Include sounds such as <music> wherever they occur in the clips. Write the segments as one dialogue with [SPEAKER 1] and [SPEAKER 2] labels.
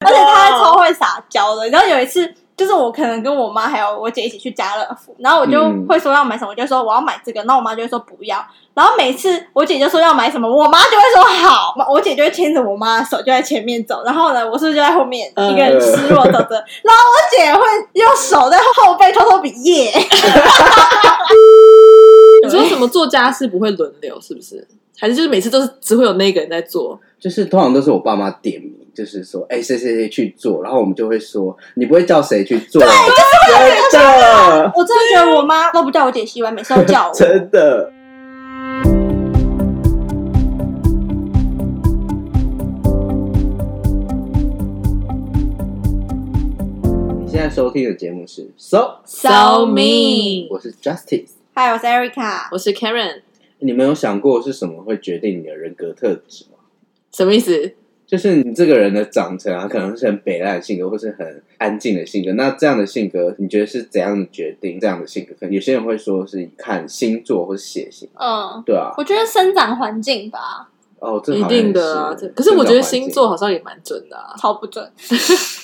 [SPEAKER 1] <laughs> 撒娇的。然后有一次，就是我可能跟我妈还有我姐一起去家乐福，然后我就
[SPEAKER 2] 嗯
[SPEAKER 1] 会说要买什么，我就说我要买这个，那我妈就会说不要。然后每次我姐就说要买什么，我妈就会说好，我姐就会牵着我妈的手就在前面走，然后呢，我是不是就在后面
[SPEAKER 3] 嗯
[SPEAKER 1] 一个人失落走着？ <laughs> 然后我姐会用手在后背偷偷比耶。
[SPEAKER 3] <laughs> 你说什么做家事不会轮流，是不是？还是就是每次都是只会有那个人在做？
[SPEAKER 2] 就是通常都是我爸妈点名，就是说，哎、谁谁谁去做，然后我们就会说，你不会叫谁去做，啊真的，
[SPEAKER 1] 我真的觉得我妈都不叫我姐洗碗，每次都叫我。
[SPEAKER 2] <laughs> 真的。你现在收听的节目是 So，
[SPEAKER 1] So mean
[SPEAKER 2] 我是 Justice。
[SPEAKER 1] 嗨，我是 Erica。
[SPEAKER 3] 我是 Karen，
[SPEAKER 2] 你们有想过是什么会决定你的人格特质吗？
[SPEAKER 3] 什么意思？
[SPEAKER 2] 就是你这个人的长成啊，可能是很北烂的性格，或是很安静的性格。那这样的性格，你觉得是怎样的决定这样的性格？可能有些人会说是看星座或是血型，
[SPEAKER 1] 嗯，
[SPEAKER 2] 对啊。
[SPEAKER 1] 我觉得生长环境吧，
[SPEAKER 2] 哦，这
[SPEAKER 3] 一
[SPEAKER 2] 好像
[SPEAKER 3] 定的啊，
[SPEAKER 2] 也
[SPEAKER 3] 这
[SPEAKER 2] 是
[SPEAKER 3] 可是我觉得
[SPEAKER 2] 生长环境
[SPEAKER 3] 星座，好像也蛮准的啊。
[SPEAKER 1] 超不准。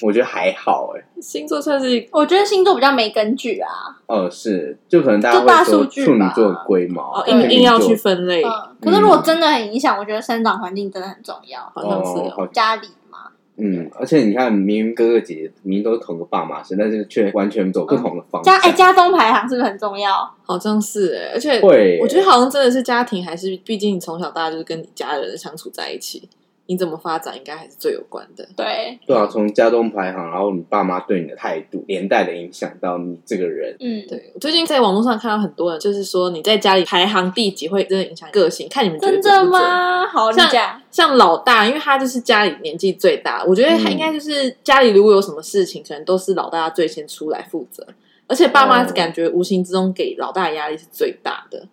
[SPEAKER 2] 我觉得还好哎、
[SPEAKER 3] 星座算是
[SPEAKER 1] 我觉得星座比较没根据啊。
[SPEAKER 2] 哦，是，就可能大家
[SPEAKER 1] 就大
[SPEAKER 2] 会
[SPEAKER 1] 数
[SPEAKER 2] 说
[SPEAKER 1] 据
[SPEAKER 2] 处女
[SPEAKER 1] 吧
[SPEAKER 2] 座龟毛，
[SPEAKER 3] 哦，
[SPEAKER 2] 天
[SPEAKER 3] 硬
[SPEAKER 2] 秤
[SPEAKER 3] 硬要
[SPEAKER 2] 座
[SPEAKER 3] 去分类，好
[SPEAKER 1] 嗯，可是如果真的很影响，我觉得生长环境真的很重要。
[SPEAKER 3] 像是
[SPEAKER 2] 哦，
[SPEAKER 3] 哦
[SPEAKER 2] 好，
[SPEAKER 1] 家里嘛，
[SPEAKER 2] 嗯，而且你看，明明哥哥姐姐明明都是同个爸妈生，但是却完全走不同的方向，
[SPEAKER 1] 家哎、家中排行是不是很重要？
[SPEAKER 3] 好像是哎，而且
[SPEAKER 2] 会，
[SPEAKER 3] 我觉得好像真的是家庭，还是毕竟你从小到大就是跟你家人相处在一起，你怎么发展应该还是最有关的。
[SPEAKER 1] 对，
[SPEAKER 2] 对啊，从家中排行，然后你爸妈对你的态度，连带的影响到你这个人。
[SPEAKER 1] 嗯，
[SPEAKER 3] 对，我最近在网络上看到很多人，就是说你在家里排行第几会真的影响个性，看你们觉得
[SPEAKER 1] 真
[SPEAKER 3] 准
[SPEAKER 1] 的
[SPEAKER 3] 不准？
[SPEAKER 1] 吗？好，你
[SPEAKER 3] 像
[SPEAKER 1] 讲，
[SPEAKER 3] 像老大，因为他就是家里年纪最大，我觉得他
[SPEAKER 2] 嗯
[SPEAKER 3] 应该就是家里如果有什么事情，可能都是老大最先出来负责，而且爸妈
[SPEAKER 2] 哦
[SPEAKER 3] 感觉无形之中给老大的压力是最大的。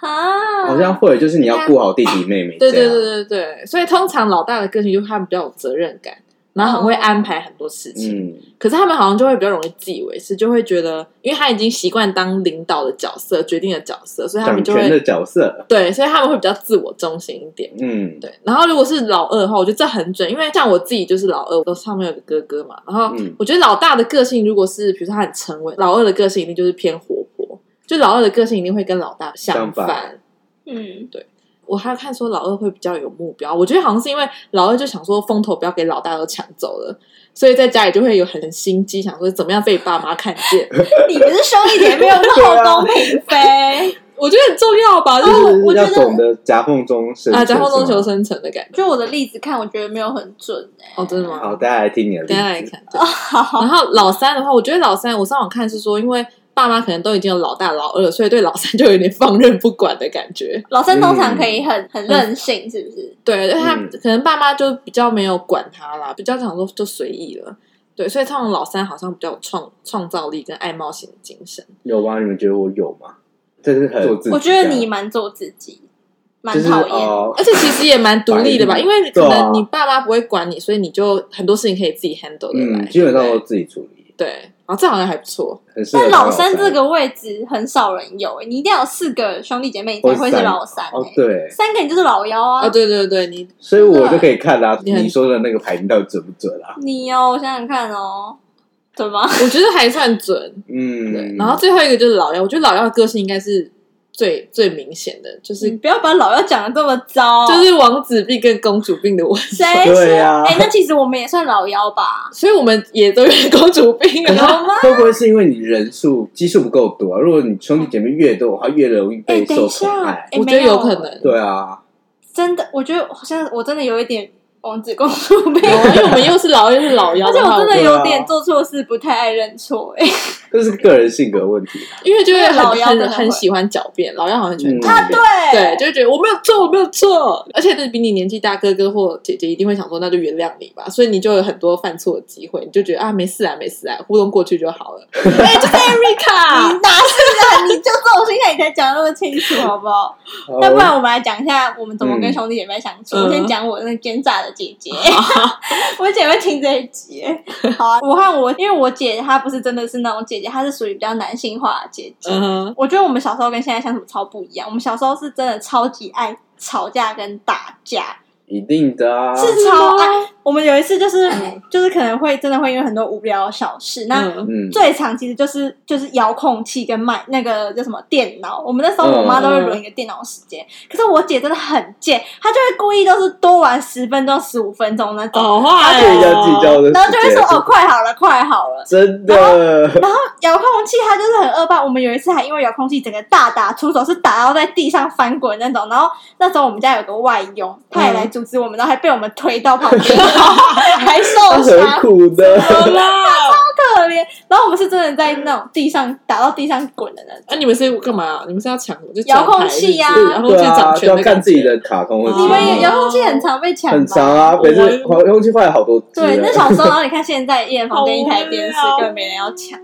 [SPEAKER 1] 啊，
[SPEAKER 2] 好像会，就是你要顾好弟弟妹妹。
[SPEAKER 3] 对
[SPEAKER 2] 这
[SPEAKER 3] 对
[SPEAKER 2] 样
[SPEAKER 3] 对对对，所以通常老大的个性就是他们比较有责任感，然后很会
[SPEAKER 1] 哦
[SPEAKER 3] 安排很多事情。
[SPEAKER 2] 嗯，
[SPEAKER 3] 可是他们好像就会比较容易自以为是，就会觉得，因为他已经习惯当领导的角色、决定的角色，所以他们
[SPEAKER 2] 掌
[SPEAKER 3] 就
[SPEAKER 2] 权的
[SPEAKER 3] 会
[SPEAKER 2] 角色。
[SPEAKER 3] 对，所以他们会比较自我中心一点。
[SPEAKER 2] 嗯，
[SPEAKER 3] 对，然后如果是老二的话，我觉得这很准，因为像我自己就是老二，我上面有个哥哥嘛。然后
[SPEAKER 2] 嗯
[SPEAKER 3] 我觉得老大的个性，如果是比如说他很沉稳，老二的个性一定就是偏活泼，就老二的个性一定会跟老大相
[SPEAKER 2] 相反
[SPEAKER 3] 反。
[SPEAKER 1] 嗯，
[SPEAKER 3] 我还有看说老二会比较有目标，我觉得好像是因为老二就想说风头不要给老大都抢走了，所以在家里就会有很心机，想说怎么样被爸妈看见。 <laughs>
[SPEAKER 1] 你们是兄弟姐妹，我
[SPEAKER 2] <laughs>
[SPEAKER 1] 们是
[SPEAKER 2] 啊
[SPEAKER 1] 后宫嫔妃。
[SPEAKER 3] 我觉得很重要吧，就是
[SPEAKER 2] 就
[SPEAKER 3] 我
[SPEAKER 2] 是
[SPEAKER 3] 觉
[SPEAKER 2] 哦要
[SPEAKER 3] 得
[SPEAKER 2] 懂得夹缝中生
[SPEAKER 3] 啊，夹缝中求
[SPEAKER 2] 生。
[SPEAKER 3] 生存的感觉。
[SPEAKER 1] 就我的例子看，我觉得没有很准哎、
[SPEAKER 3] 哦，真的吗？
[SPEAKER 2] 好，大家来听你的例
[SPEAKER 3] 等一下来
[SPEAKER 2] 子。
[SPEAKER 3] 看。对然后老三的话，我觉得老三，我上网看是说，因为爸妈可能都已经有老大老二了，所以对老三就有点放任不管的感
[SPEAKER 2] <laughs>
[SPEAKER 3] 觉。
[SPEAKER 1] 老三通常可以很、很任性，是不是？
[SPEAKER 3] 对，因为他、
[SPEAKER 2] 嗯
[SPEAKER 3] 可能爸妈就比较没有管他啦，比较想说就随意了。对，所以通常老三好像比较有创创造力跟爱冒险的精神。
[SPEAKER 2] 有吗？你们觉得我有吗？这是很做自己
[SPEAKER 1] 我觉得
[SPEAKER 2] 这样
[SPEAKER 1] 你蛮做自己，蛮
[SPEAKER 2] 就是
[SPEAKER 1] 讨厌。
[SPEAKER 2] 哦
[SPEAKER 3] 而且其实也蛮独立的吧，
[SPEAKER 2] 反应
[SPEAKER 3] 因为可
[SPEAKER 2] 对啊
[SPEAKER 3] 能你爸妈不会管你，所以你就很多事情可以自己 handle 的来。
[SPEAKER 2] 嗯，基本上
[SPEAKER 3] 对不
[SPEAKER 2] 都
[SPEAKER 3] 对
[SPEAKER 2] 自己处理，
[SPEAKER 3] 对，然后这好像还不错。
[SPEAKER 2] 很适合
[SPEAKER 1] 但
[SPEAKER 2] 当
[SPEAKER 1] 老三
[SPEAKER 2] 三
[SPEAKER 1] 这个位置很少人有、欸，你一定要有四个兄弟姐妹，你才
[SPEAKER 2] 或
[SPEAKER 1] 会
[SPEAKER 2] 三
[SPEAKER 1] 是老三、欸。
[SPEAKER 2] 哦，对，
[SPEAKER 1] 三个你就是老幺啊！
[SPEAKER 3] 啊，对对对，你
[SPEAKER 2] 所以我就可以看啦，
[SPEAKER 3] 你很
[SPEAKER 2] 你说的那个排名到底准不准啊？
[SPEAKER 1] 你哦，我想想看哦，怎么？
[SPEAKER 3] 我觉得还算准。对，
[SPEAKER 2] 嗯，
[SPEAKER 3] 然后最后一个就是老幺，我觉得老幺的个性应该是最最明显的，就是、
[SPEAKER 1] 你不要把老幺讲的这么糟，
[SPEAKER 3] <laughs> 就是王子病跟公主病的我，
[SPEAKER 1] 谁说？
[SPEAKER 2] 对啊
[SPEAKER 1] 哎、那其实我们也算老幺吧？
[SPEAKER 3] 所以我们也都有公主病
[SPEAKER 2] 可是 <laughs>
[SPEAKER 3] 啊。
[SPEAKER 2] 会不会是因为你人数基数不够多、啊？如果你兄弟姐妹越多的话，越容易
[SPEAKER 1] 哎、
[SPEAKER 2] 被
[SPEAKER 1] 等一
[SPEAKER 2] 受
[SPEAKER 1] 下
[SPEAKER 2] 宠，
[SPEAKER 1] 哎
[SPEAKER 2] 爱。、
[SPEAKER 3] 我觉得
[SPEAKER 1] 没有
[SPEAKER 3] 有可，能，
[SPEAKER 2] 对啊，
[SPEAKER 1] 真的，我觉得好像我真的有一点王子公 <laughs> 主病，
[SPEAKER 3] 有啊因为我们又是老幺，又是老幺
[SPEAKER 1] <laughs> 而且
[SPEAKER 3] 的话，
[SPEAKER 1] 我真的
[SPEAKER 2] 对啊
[SPEAKER 1] 有点做错事不太爱认错、哎。
[SPEAKER 2] 这是个人性格问题啊。
[SPEAKER 3] 因为就会
[SPEAKER 1] 老
[SPEAKER 3] 很
[SPEAKER 1] 幺真的会
[SPEAKER 3] 很很喜欢狡辩，老幺好像喜欢
[SPEAKER 2] 嗯
[SPEAKER 3] 狡，辩。
[SPEAKER 2] 啊，
[SPEAKER 3] 对，
[SPEAKER 2] 对，
[SPEAKER 3] 就会觉得我没有错，我没有错。而且那比你年纪大哥哥或姐姐一定会想说，那就原谅你吧。所以你就有很多犯错的机会，你就觉得啊，没事啊，没事啊，糊弄过去就好了。哎、就是 Erica，
[SPEAKER 1] 你哪是啊？你就这种心态，你才讲得那么清楚，好不好？要不然我们来讲一下我们怎么跟兄弟姐妹相处。
[SPEAKER 3] 嗯
[SPEAKER 1] 我先讲我那奸诈的姐
[SPEAKER 3] <laughs>
[SPEAKER 1] 姐， <laughs> 我姐会听这一集。好啊，我和我，因为我姐她不是真的是那种姐姐，她是属于比较男性化的姐姐。
[SPEAKER 3] 嗯哼，
[SPEAKER 1] 我觉得我们小时候跟现在相处超不一样。我们小时候是真的超级爱吵架跟打架，
[SPEAKER 2] 一定的啊，
[SPEAKER 1] 是超爱。我们有一次就是
[SPEAKER 3] 嗯
[SPEAKER 1] 就是可能会真的会因为很多无聊的小事，那
[SPEAKER 3] 嗯
[SPEAKER 2] 嗯，
[SPEAKER 1] 最常其实就是就是遥控器跟麦那个叫什么电脑，我们那时候
[SPEAKER 2] 嗯
[SPEAKER 1] 我妈都会轮一个电脑时间，可是我姐真的很贱，她就会故意都是多玩十分钟、十五分钟那种，
[SPEAKER 3] 好坏
[SPEAKER 2] 自己叫自己叫
[SPEAKER 3] 哦，
[SPEAKER 2] 的时间，
[SPEAKER 1] 然后就会说哦快好了，快好了。
[SPEAKER 2] 真的，
[SPEAKER 1] 遥控器它就是很恶霸，我们有一次还因为遥控器整个大打出手，是打到在地上翻滚那种。然后那时候我们家有个外佣，他也来阻止我们，然后还被我们推到旁边， <laughs> 还受
[SPEAKER 2] 很
[SPEAKER 1] 伤，
[SPEAKER 2] 苦的。
[SPEAKER 3] 好 <laughs> 啦。
[SPEAKER 1] 可怜。然后我们是真的在那种地上打到地上滚的那种。
[SPEAKER 3] 那啊你们是干嘛？你们是要抢就
[SPEAKER 1] 遥控
[SPEAKER 3] 抢牌
[SPEAKER 1] 器呀
[SPEAKER 3] 是不是遥控
[SPEAKER 2] 对
[SPEAKER 3] 器
[SPEAKER 2] 啊，
[SPEAKER 3] 掌
[SPEAKER 2] 就
[SPEAKER 3] 权
[SPEAKER 2] 要
[SPEAKER 3] 的
[SPEAKER 2] 看
[SPEAKER 3] 感
[SPEAKER 2] 自己
[SPEAKER 3] 觉。
[SPEAKER 2] 的卡通或者
[SPEAKER 3] 哦
[SPEAKER 1] 你们也
[SPEAKER 2] 什么啊
[SPEAKER 1] 遥控器很常被抢吧？
[SPEAKER 2] 很长啊，每次
[SPEAKER 3] 我
[SPEAKER 2] 遥控器坏了好多只啊。
[SPEAKER 1] 对，那小时候，然后你看现在一人房间一台
[SPEAKER 3] <laughs>
[SPEAKER 1] 电视
[SPEAKER 3] 好无聊，
[SPEAKER 1] 根本没人要抢，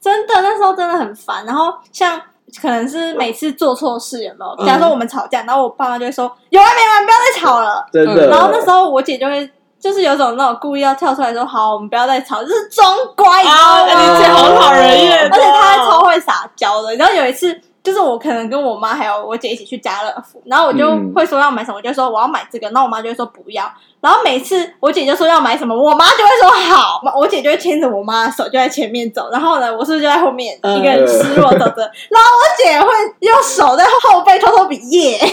[SPEAKER 1] 真的那时候真的很烦。然后像可能是每次做错事有没有？
[SPEAKER 3] 嗯
[SPEAKER 1] 假如说我们吵架，然后我爸妈就会说有完没完，不要再吵了。
[SPEAKER 2] 真的。
[SPEAKER 1] 然后那时候我姐就会就是有种那种故意要跳出来说好，我们不候不要再吵，就是装乖，你知道吗？
[SPEAKER 3] 啊，你姐好讨人
[SPEAKER 2] <laughs>
[SPEAKER 3] 厌哦啊
[SPEAKER 1] 哎
[SPEAKER 3] 的，
[SPEAKER 1] 而且她还超会撒娇的。然后有一次，就是我可能跟我妈还有我姐一起去家乐福，然后我就
[SPEAKER 2] 嗯
[SPEAKER 1] 会说要买什么，我就说我要买这个，那我妈就会说不要。然后每次我姐就说要买什么，我妈就会说好，我姐就会牵着我妈的手就在前面走，然后呢，我是不是就在后面
[SPEAKER 3] 嗯
[SPEAKER 1] 一个人失落走着， <laughs> 然后我姐会用手在后背偷偷比耶，
[SPEAKER 2] <laughs>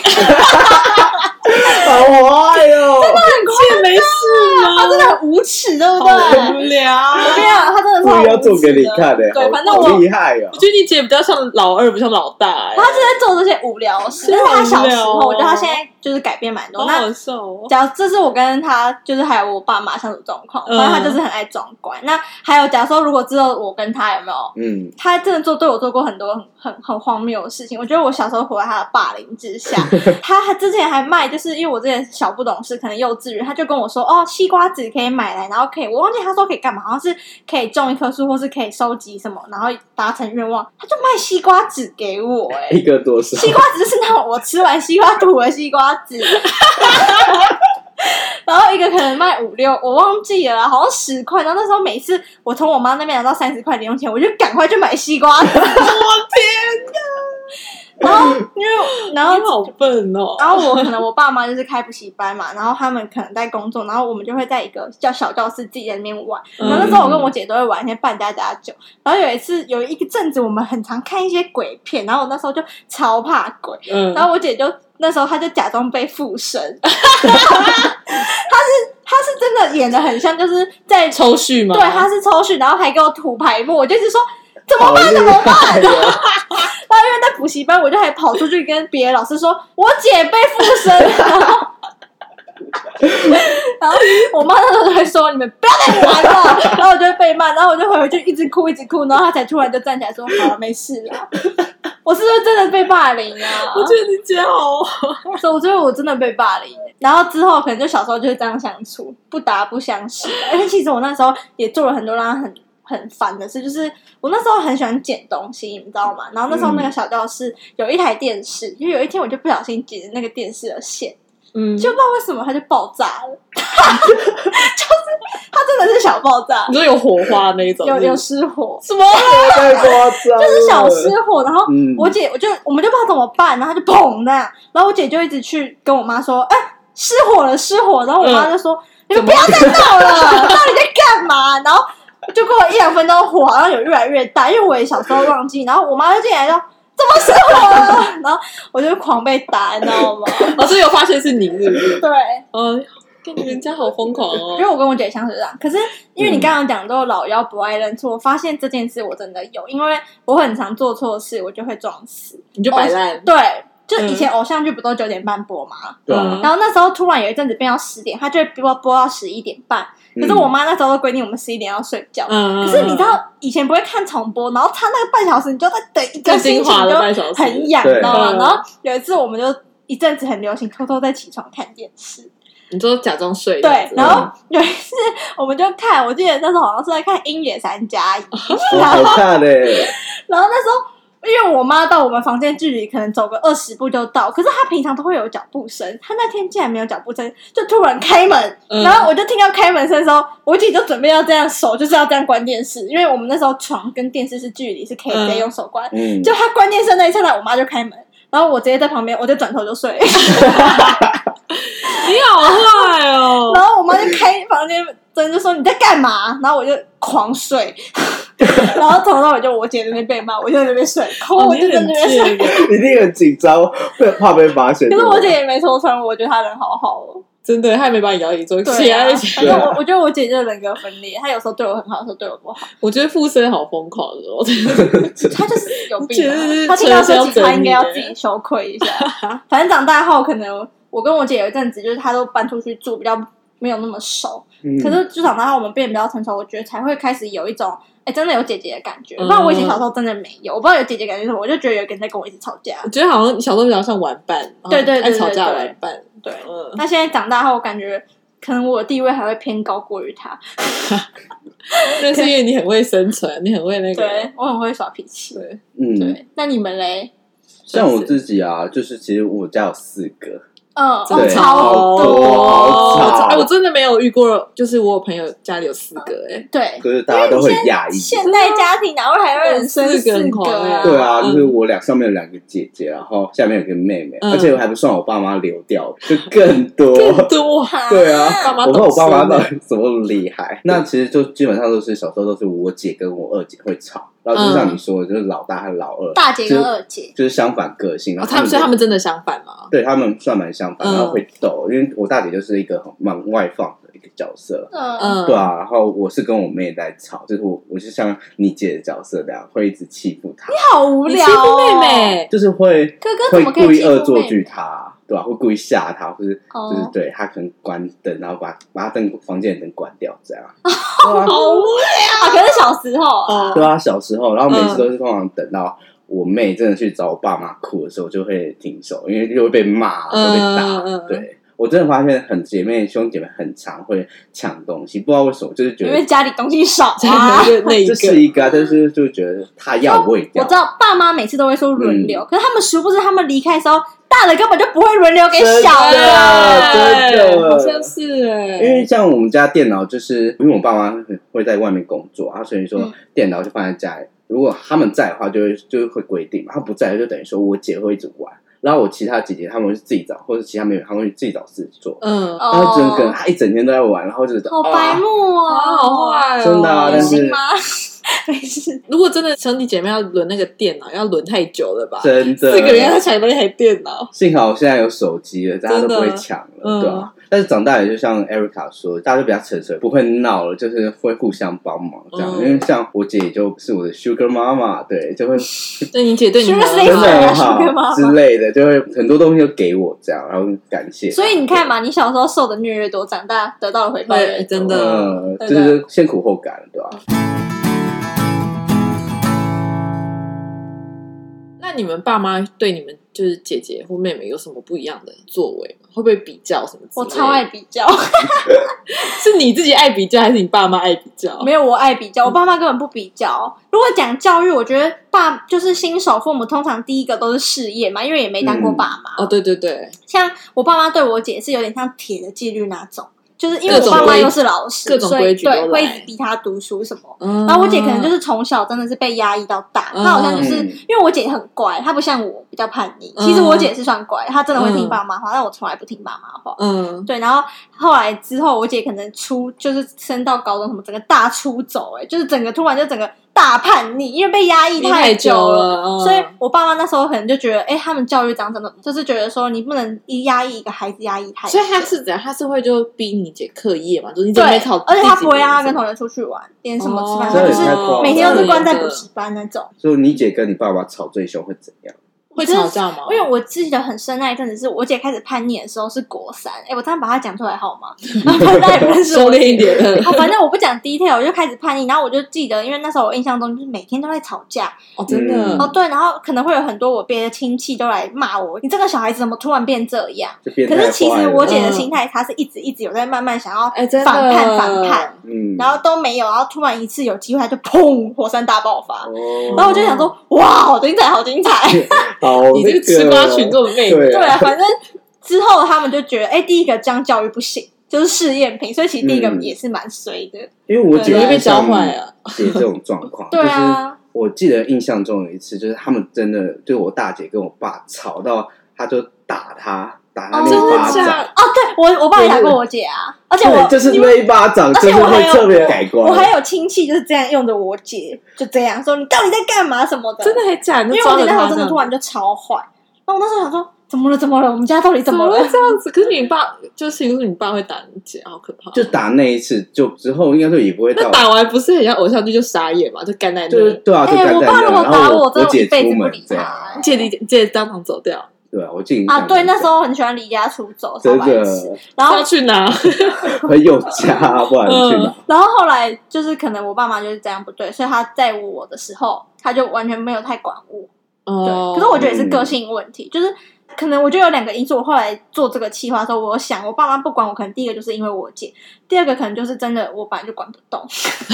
[SPEAKER 2] 好坏哦，
[SPEAKER 3] 姐没事吗？
[SPEAKER 1] 她真的很无耻，对不对？ <laughs>
[SPEAKER 3] 好
[SPEAKER 1] 我
[SPEAKER 3] 无聊。
[SPEAKER 1] 跟你讲，她真的
[SPEAKER 2] 故
[SPEAKER 1] 超
[SPEAKER 2] 意要
[SPEAKER 1] 无
[SPEAKER 2] 做
[SPEAKER 1] 耻
[SPEAKER 2] 给你
[SPEAKER 1] 的
[SPEAKER 2] 看的，
[SPEAKER 1] 对，
[SPEAKER 2] 好
[SPEAKER 1] 反正
[SPEAKER 2] 好
[SPEAKER 1] 我
[SPEAKER 2] 厉害哦
[SPEAKER 3] 我。觉得你姐比较像老二，不像老大、欸，
[SPEAKER 1] 她是在做这些无聊事，但是她小时候，我觉得她现在就是改变蛮多。
[SPEAKER 3] 好
[SPEAKER 1] 那
[SPEAKER 3] 好笑哦。
[SPEAKER 1] 假如这是我跟他，就是还有我爸妈相处状况，
[SPEAKER 3] 嗯
[SPEAKER 1] 反正他就是很爱装乖。那还有，假如说如果知道我跟他有没有，
[SPEAKER 2] 嗯，
[SPEAKER 1] 他真的做对我做过很多很很很荒谬的事情。我觉得我小时候活在他的霸凌之下，他还之前还卖，就是因为我之前小不懂事，可能幼稚园，他就跟我说哦，西瓜籽可以买来，然后可以，我忘记他说可以干嘛，好像是可以种一棵树，或是可以收集什么，然后达成愿望，他就卖西瓜籽给我、欸，
[SPEAKER 2] 一个多少？
[SPEAKER 1] 西瓜籽是那种我吃完西瓜吐的西瓜籽，然后一个可能卖五六，我忘记了啦，好像十块。然后那时候每次我从我妈那边拿到三十块零用钱，我就赶快去买西瓜籽。我 <laughs> 天哪！然后因为然后
[SPEAKER 3] 你好笨哦。
[SPEAKER 1] 然后我可能我爸妈就是开补习班嘛，然后他们可能在工作，然后我们就会在一个叫小教室自己在那边玩。然后那时候我跟我姐都会玩一些扮家家酒，然后有一次有一个阵子我们很常看一些鬼片，然后我那时候就超怕鬼，
[SPEAKER 3] 嗯，
[SPEAKER 1] 然后我姐就那时候她就假装被附身， <laughs> 她是她是真的演的很像，就是在
[SPEAKER 3] 抽蓄吗？
[SPEAKER 1] 对她是抽血，然后还给我吐白沫，我就一直说怎么
[SPEAKER 2] 好
[SPEAKER 1] 办？ <laughs>
[SPEAKER 2] 厉害哦！
[SPEAKER 1] 然后因为在补习班，我就还跑出去跟别的老师说我姐被附身了。 <laughs> 然后然后我妈那时候就会说：“你们不要再玩了。” <laughs> 然后我就会被骂，然后我就回回去一直哭一直哭，然后她才突然就站起来说：“好了，没事了。” <laughs> 我是不是真的被霸凌啊？
[SPEAKER 3] 我觉得你姐好，
[SPEAKER 1] 所以我觉得我真的被霸凌，然后之后可能就小时候就是这样相处，不打不相识。而且其实我那时候也做了很多让他很很烦的事，就是我那时候很喜欢捡东西，你知道吗？然后那时候那个小教室有一台电视，因为有一天我就不小心剪那个电视的线，
[SPEAKER 3] 嗯，
[SPEAKER 1] 就不知道为什么它就爆炸了， <laughs> 就是它真的是小爆炸
[SPEAKER 3] 你，说有火花那一种，
[SPEAKER 1] 有有
[SPEAKER 3] 是
[SPEAKER 1] 失火，
[SPEAKER 3] <laughs> 什么？
[SPEAKER 2] 太夸张了，
[SPEAKER 1] 就是小失火，然后
[SPEAKER 2] 嗯，
[SPEAKER 1] 我姐我就我们就不知道怎么办，然后她就砰那样，然后我姐就一直去跟我妈说，哎、失火了，失火了，然后我妈就说、你们不要再闹了，到底在干嘛？然后就过了一两分钟，火好像有越来越大，因为我也小时候忘记，然后我妈就进来就怎么失火了，然后我就狂被打，你知道吗？ <laughs>
[SPEAKER 3] 老哦师有发现是你是不是？
[SPEAKER 1] 对，
[SPEAKER 3] 哦，跟人家好疯狂哦
[SPEAKER 1] 因为。 <laughs> 我跟我姐相处是这样，可是因为你刚刚讲都老妖不爱认错，我发现这件事我真的有，因为我很常做错事，我就会撞死。
[SPEAKER 3] 你就摆烂，
[SPEAKER 1] 对，就以前偶像剧不都九点半播嘛，
[SPEAKER 2] 对啊
[SPEAKER 3] 嗯
[SPEAKER 1] 然后那时候突然有一阵子变到十点，他就会播播到十一点半。可
[SPEAKER 2] 嗯
[SPEAKER 1] 是我妈那时候都规定我们十一点要睡觉。
[SPEAKER 3] 嗯，
[SPEAKER 1] 可哦是你知道以前不会看重播，然后他那个半小时你 <laughs> 就在等一个
[SPEAKER 3] 更
[SPEAKER 1] 星
[SPEAKER 3] 精
[SPEAKER 1] 期，
[SPEAKER 3] 华
[SPEAKER 1] 你
[SPEAKER 3] 了
[SPEAKER 1] 就
[SPEAKER 3] 半小时，
[SPEAKER 1] 很痒，你
[SPEAKER 2] 对
[SPEAKER 1] 知道吗？
[SPEAKER 3] 嗯
[SPEAKER 1] 然后有一次我们就一阵子很流行偷偷在起床看电视，
[SPEAKER 3] 你就假装睡这样
[SPEAKER 1] 对
[SPEAKER 3] 子，。嗯
[SPEAKER 1] 然后有一次我们就看，我记得那时候好像是在看《鹰眼三加一》，
[SPEAKER 3] <laughs>
[SPEAKER 1] <laughs>
[SPEAKER 2] 嗯好看嘞，
[SPEAKER 1] 然后那时候。因为我妈到我们房间距离可能走个二十步就到，可是她平常都会有脚步声，她那天竟然没有脚步声，就突然开门，
[SPEAKER 3] 嗯
[SPEAKER 1] 然后我就听到开门声的时候，我姐就准备要这样手就是要这样关电视，因为我们那时候床跟电视是距离是可以直接用手关，
[SPEAKER 2] 嗯，
[SPEAKER 1] 就她关电视那一刹那，我妈就开门，然后我直接在旁边，我就转头就睡，
[SPEAKER 3] 你好坏哦
[SPEAKER 1] <laughs> <laughs> 然！后我妈就开房间灯就说你在干嘛？然后我就狂睡， <laughs> 然后从头到尾就我姐在那边被骂，我就在那边睡，然后
[SPEAKER 3] 哦
[SPEAKER 1] 我
[SPEAKER 3] 你
[SPEAKER 1] 就在
[SPEAKER 3] 很
[SPEAKER 1] 那边睡。
[SPEAKER 3] 贱欸耶，
[SPEAKER 2] 一定很紧张，会怕被发现。
[SPEAKER 1] 可是
[SPEAKER 2] 对吧
[SPEAKER 1] 我姐也没戳穿我，我觉得她人好好哦。
[SPEAKER 3] 真的，他也没把你摇椅坐
[SPEAKER 1] 对
[SPEAKER 3] 起
[SPEAKER 1] 啊，
[SPEAKER 3] 来。
[SPEAKER 1] 反正我我觉得我姐就是人格分裂，她有时候对我很好，有时候对我不好，
[SPEAKER 3] 我觉得附身好疯狂哦，
[SPEAKER 1] 她就是有病啊
[SPEAKER 3] 我觉得。
[SPEAKER 1] 她听到这
[SPEAKER 3] 这
[SPEAKER 1] 集，
[SPEAKER 3] 是要
[SPEAKER 1] 她应该要
[SPEAKER 3] 整
[SPEAKER 1] 自
[SPEAKER 3] 你
[SPEAKER 1] 己羞愧一下。反正长大后，可能我跟我姐有一阵子，就是她都搬出去住，比较没有那么熟。
[SPEAKER 2] 嗯
[SPEAKER 1] 可是就长大后，我们变得比较成熟，我觉得才会开始有一种，哎、真的有姐姐的感觉。不
[SPEAKER 3] 嗯
[SPEAKER 1] 然我以前小时候真的没有，我不知道有姐姐感觉是什么，我就觉得有一个人在跟我一直吵架
[SPEAKER 3] 我。觉得好像小时候比较像玩伴，
[SPEAKER 1] 对对对
[SPEAKER 3] 爱吵架
[SPEAKER 1] 对对
[SPEAKER 3] 玩伴，
[SPEAKER 1] 对，
[SPEAKER 3] 嗯，
[SPEAKER 1] 那现在长大后，我感觉可能我的地位还会偏高过于她。
[SPEAKER 3] 那是因为你很会生存，你很会那个，
[SPEAKER 1] 对我很会耍脾气。
[SPEAKER 3] 对，
[SPEAKER 2] 嗯，
[SPEAKER 1] 对，那你们嘞？
[SPEAKER 2] 像我自己啊，就是其实我家有四个，
[SPEAKER 1] 嗯，
[SPEAKER 2] 对
[SPEAKER 1] 哦超
[SPEAKER 2] 多
[SPEAKER 3] 好
[SPEAKER 2] 超
[SPEAKER 3] 哎，我真的没有遇过，就是我有朋友家里有四个，哎，
[SPEAKER 1] 对，
[SPEAKER 2] 就是大家都很讶异。
[SPEAKER 1] 现代家庭哪会还有人生
[SPEAKER 3] 四个
[SPEAKER 1] 四
[SPEAKER 3] 很
[SPEAKER 1] 个
[SPEAKER 3] 狂
[SPEAKER 1] 啊？
[SPEAKER 3] 欸
[SPEAKER 2] 对啊，
[SPEAKER 3] 嗯
[SPEAKER 2] 就是我两上面有两个姐姐，然后下面有个妹妹，
[SPEAKER 3] 嗯
[SPEAKER 2] 而且我还不算我爸妈流掉，就更
[SPEAKER 1] <laughs>
[SPEAKER 2] 多。
[SPEAKER 3] 多
[SPEAKER 1] 哈
[SPEAKER 2] 对啊，
[SPEAKER 3] 爸妈
[SPEAKER 2] 我不知道我爸妈
[SPEAKER 3] 懂事
[SPEAKER 2] 到底怎么厉害。那其实就基本上都是小时候都是我姐跟我二姐会吵，然后就
[SPEAKER 1] 嗯
[SPEAKER 2] 像你说的，就是老大和老二，
[SPEAKER 1] 大姐跟二姐，
[SPEAKER 2] 就是相反个性。然
[SPEAKER 3] 哦，
[SPEAKER 2] 后
[SPEAKER 3] 他们所以他
[SPEAKER 2] 就
[SPEAKER 3] 们真的相反吗？
[SPEAKER 2] 对他们算蛮相反，
[SPEAKER 3] 嗯
[SPEAKER 2] 然后会斗，因为我大姐就是一个很蛮外放的一个角色，
[SPEAKER 1] 嗯，
[SPEAKER 3] 嗯，
[SPEAKER 2] 对啊，然后我是跟我妹在吵，就是我我就像你姐的角色那样，会一直欺负她，
[SPEAKER 1] 好无
[SPEAKER 3] 你
[SPEAKER 1] 聊。哦
[SPEAKER 3] 欺负妹，妹，
[SPEAKER 2] 就是会
[SPEAKER 1] 哥哥怎
[SPEAKER 2] 会
[SPEAKER 1] 么可
[SPEAKER 2] 故
[SPEAKER 1] 以
[SPEAKER 2] 意
[SPEAKER 1] 欺
[SPEAKER 2] 恶
[SPEAKER 1] 负
[SPEAKER 2] 作
[SPEAKER 1] 妹妹？
[SPEAKER 2] 剧她，对啊吧、会故意吓她，或是
[SPEAKER 1] 哦
[SPEAKER 2] 就是对她可能关灯，然后把把她灯房间的灯关掉
[SPEAKER 1] <laughs>
[SPEAKER 2] 这样，对啊
[SPEAKER 3] 好无
[SPEAKER 1] 啊，可是小时候啊，
[SPEAKER 3] 聊
[SPEAKER 2] 对啊，小时候，然后每次都是通常等到我妹真的去找我爸妈哭的时候，就会停手，因为就会被骂，会被打。
[SPEAKER 3] 嗯嗯嗯
[SPEAKER 2] 对我真的发现，很姐妹兄姐妹很常会抢东西，不知道为什么，就是觉
[SPEAKER 1] 因为
[SPEAKER 2] 得
[SPEAKER 1] 家里东西少啊。
[SPEAKER 3] 那那一
[SPEAKER 2] 这
[SPEAKER 3] 个
[SPEAKER 2] 是一个啊，但是就觉得他要我也
[SPEAKER 1] 哦我
[SPEAKER 2] 要
[SPEAKER 1] 知。道爸妈每次都会说轮
[SPEAKER 2] 嗯
[SPEAKER 1] 流，可是他们殊不知他们离开的时候，大的根本就不会轮流给小
[SPEAKER 2] 真
[SPEAKER 1] 的。
[SPEAKER 3] 啊
[SPEAKER 2] 的真的
[SPEAKER 3] 好像是哎，
[SPEAKER 2] 因为像我们家电脑，就是因为我爸妈会在外面工作啊，所以说
[SPEAKER 1] 嗯
[SPEAKER 2] 电脑就放在家里。如果他们在的话，就会就会规定嘛；他不在，就等于说我姐会一直玩，然后我其他姐姐她们会自己找，或者其他妹妹她们会自己找事做。
[SPEAKER 3] 嗯，
[SPEAKER 1] 哦
[SPEAKER 2] 然后整个她一整天都在玩，然后就是
[SPEAKER 1] 好白
[SPEAKER 2] 啊
[SPEAKER 1] 目哦，
[SPEAKER 3] 啊好坏哦，
[SPEAKER 2] 真的啊但是
[SPEAKER 1] 行吗？没事，
[SPEAKER 3] 如果真的兄弟姐妹要轮那个电脑，要轮太久了吧？
[SPEAKER 2] 啊真的
[SPEAKER 3] 四个人要抢一台电脑，
[SPEAKER 2] 幸好现在有手机了，大家都不会抢
[SPEAKER 3] 真的
[SPEAKER 2] 了，
[SPEAKER 3] 嗯
[SPEAKER 2] 对吧、但是长大也就像 Erica 说，大家就比较成熟，不会闹了，就是会互相帮忙这样。
[SPEAKER 3] 嗯
[SPEAKER 2] 因为像我姐就是我的 Sugar 妈妈，对，就会
[SPEAKER 3] 那你 <laughs> 姐对你
[SPEAKER 1] 是不是
[SPEAKER 3] 很
[SPEAKER 2] 真的
[SPEAKER 3] 好
[SPEAKER 2] 很
[SPEAKER 1] Sugar 妈妈
[SPEAKER 2] 好之类的，就会很多东西都给我这样，然后感谢。
[SPEAKER 1] 所以你看，嘛，你小时候受的虐越多，长大得到的回报越
[SPEAKER 3] 对，
[SPEAKER 1] 多
[SPEAKER 3] 真的。
[SPEAKER 2] 嗯，
[SPEAKER 1] 对
[SPEAKER 2] 就
[SPEAKER 1] 的
[SPEAKER 2] 是先苦后甘，对吧、
[SPEAKER 3] 那你们爸妈对你们就是姐姐或妹妹有什么不一样的作为吗？会不会比较什么之类的？
[SPEAKER 1] 我超爱比较，
[SPEAKER 3] 是你自己爱比较，还是你爸妈爱比较？
[SPEAKER 1] <laughs> 没有我爱比较，我爸妈根本不比较。如果讲教育，我觉得爸就是新手父母，通常第一个都是事业嘛，因为也没当过爸妈。
[SPEAKER 3] 哦，对对对，
[SPEAKER 1] 像我爸妈对我姐是有点像铁的纪律那种，就是因为
[SPEAKER 3] 各
[SPEAKER 1] 我
[SPEAKER 3] 种
[SPEAKER 1] 爸妈
[SPEAKER 3] 规
[SPEAKER 1] 又是老师，
[SPEAKER 3] 各种
[SPEAKER 1] 所以
[SPEAKER 3] 规矩都
[SPEAKER 1] 对会一
[SPEAKER 3] 来
[SPEAKER 1] 直逼她读书什么。
[SPEAKER 3] 嗯
[SPEAKER 1] 然后我姐可能就是从小真的是被压抑到大，
[SPEAKER 3] 嗯
[SPEAKER 1] 她好像就是
[SPEAKER 2] 嗯
[SPEAKER 1] 因为我姐很乖，她不像我比较叛逆。
[SPEAKER 3] 嗯
[SPEAKER 1] 其实我姐是算乖，她真的会听
[SPEAKER 3] 嗯
[SPEAKER 1] 爸妈话，但我从来不听爸妈话。
[SPEAKER 3] 嗯，
[SPEAKER 1] 对，然后后来之后，我姐可能出就是升到高中什么，整个大出走、欸，哎，就是整个突然就整个大叛逆，因为被压抑
[SPEAKER 3] 你太
[SPEAKER 1] 久了。
[SPEAKER 3] 了，嗯
[SPEAKER 1] 所以我爸妈那时候可能就觉得，哎、他们教育长怎么，就是觉得说你不能一压抑一个孩子压抑太久，
[SPEAKER 3] 所以他是怎样？他是会就逼你姐课业嘛，就是你怎么没
[SPEAKER 1] 对
[SPEAKER 3] 考，，
[SPEAKER 1] 而且他不会让他
[SPEAKER 3] 他
[SPEAKER 1] 跟同学出去玩，连什么吃饭，
[SPEAKER 2] 哦
[SPEAKER 1] 他就
[SPEAKER 2] 这也太
[SPEAKER 1] 是
[SPEAKER 2] 夸张
[SPEAKER 1] 每天都是关在补
[SPEAKER 3] 不
[SPEAKER 1] 习班那种。
[SPEAKER 2] 所以你姐跟你爸爸吵最凶会怎样？
[SPEAKER 3] 会吵架吗？
[SPEAKER 2] 哦
[SPEAKER 1] 因为我记得很深那一阵子，是我姐开始叛逆的时候是国三，哎、我这样把她讲出来好
[SPEAKER 2] <laughs>
[SPEAKER 1] 吗？大家也不认识
[SPEAKER 3] 收
[SPEAKER 1] 我
[SPEAKER 3] 敛一点，嗯
[SPEAKER 1] 好，反正我不讲 detail，我就开始叛逆。然后我就记得，因为那时候我印象中就是每天都在吵架。
[SPEAKER 3] 哦，真的
[SPEAKER 2] 嗯
[SPEAKER 1] 哦，对，然后可能会有很多我别的亲戚都来骂我，你这个小孩子怎么突然变这样？
[SPEAKER 2] 就变态
[SPEAKER 1] 可
[SPEAKER 2] 坏了。
[SPEAKER 1] 是其实我姐的
[SPEAKER 3] 嗯
[SPEAKER 1] 心态，她是一直一直有在慢慢想要
[SPEAKER 3] 哎真的
[SPEAKER 1] 反叛反叛，
[SPEAKER 2] 嗯，
[SPEAKER 1] 然后都没有，然后突然一次有机会，她就砰火山大爆发。
[SPEAKER 2] 哦
[SPEAKER 1] 然后我就想说，哇，好精彩，好精彩！
[SPEAKER 2] 好
[SPEAKER 3] 你这个吃瓜群众的妹妹，
[SPEAKER 2] 哦对
[SPEAKER 1] 对啊，反正之后他们就觉得，哎，第一个这样教育不行，就是试验品，所以其实第一个
[SPEAKER 2] 嗯
[SPEAKER 1] 也是蛮衰的。
[SPEAKER 2] 因为我
[SPEAKER 1] 对
[SPEAKER 2] 姐
[SPEAKER 1] 容易
[SPEAKER 3] 被
[SPEAKER 2] 爱上
[SPEAKER 3] 教坏啊
[SPEAKER 2] 姐这种状
[SPEAKER 1] <laughs>
[SPEAKER 2] 况，
[SPEAKER 1] 对啊，
[SPEAKER 2] 就是我记得印象中有一次，就是他们真的就是我大姐跟我爸吵到，他就打他。打他那一巴
[SPEAKER 3] 真的
[SPEAKER 2] 掌。
[SPEAKER 3] 假？
[SPEAKER 1] 啊，对我我爸也打过我姐啊，而且我
[SPEAKER 2] 对，就是啊
[SPEAKER 1] 因
[SPEAKER 2] 那
[SPEAKER 1] 为
[SPEAKER 2] 一巴掌，
[SPEAKER 1] 而且
[SPEAKER 2] 就是
[SPEAKER 1] 我还
[SPEAKER 2] 会
[SPEAKER 1] 有
[SPEAKER 2] 特别改观。
[SPEAKER 1] 我还有亲戚就是这样用着我姐，就这样说你到底在干嘛什么的，
[SPEAKER 3] 真的还假？因
[SPEAKER 1] 因为我姐那时候真的突
[SPEAKER 3] 然
[SPEAKER 1] 然就超坏，然后我那时候想说怎么了怎么了，我们家到底
[SPEAKER 3] 怎
[SPEAKER 1] 么
[SPEAKER 3] 么
[SPEAKER 1] 了
[SPEAKER 3] 会？这样子？可是你爸就是，如果你爸会打你姐，好可怕。
[SPEAKER 2] 就打那一次，就之后应该说也不会
[SPEAKER 3] 那
[SPEAKER 2] 到，
[SPEAKER 3] 打完不是很像偶像剧，就傻眼嘛，就干在
[SPEAKER 2] 就是
[SPEAKER 3] 那。
[SPEAKER 2] 对啊，就
[SPEAKER 1] 哎、
[SPEAKER 2] 干
[SPEAKER 1] 我
[SPEAKER 2] 在
[SPEAKER 1] 爸
[SPEAKER 2] 那，
[SPEAKER 1] 如果
[SPEAKER 2] 然
[SPEAKER 1] 打
[SPEAKER 2] 后
[SPEAKER 1] 我，真的
[SPEAKER 2] 我
[SPEAKER 1] 一
[SPEAKER 2] 姐
[SPEAKER 1] 辈
[SPEAKER 2] 出
[SPEAKER 1] 子不
[SPEAKER 2] 门
[SPEAKER 1] 理
[SPEAKER 2] 这
[SPEAKER 1] 他、
[SPEAKER 2] 样，
[SPEAKER 1] 哎
[SPEAKER 3] 借你借当场走掉，
[SPEAKER 2] 对啊，我记得印象
[SPEAKER 1] 啊，对，
[SPEAKER 2] 很
[SPEAKER 1] 那时
[SPEAKER 2] 深
[SPEAKER 1] 候很喜欢离家出走，超
[SPEAKER 2] 真
[SPEAKER 1] 白痴。
[SPEAKER 2] 的
[SPEAKER 1] 然后
[SPEAKER 3] 要去
[SPEAKER 1] <laughs>
[SPEAKER 3] 哪？
[SPEAKER 2] 很有家，不然去哪？
[SPEAKER 1] 然后后来就是可能我爸妈就是这样不对，所以他在我的时候，他就完全没有太管我。对，
[SPEAKER 3] 哦，
[SPEAKER 1] 可是我觉得也是个性问题，就是可能我就有两个因素。我后来做这个计划的时候，我有想我爸妈不管我，可能第一个就是因为我姐，第二个可能就是真的我本来就管不动，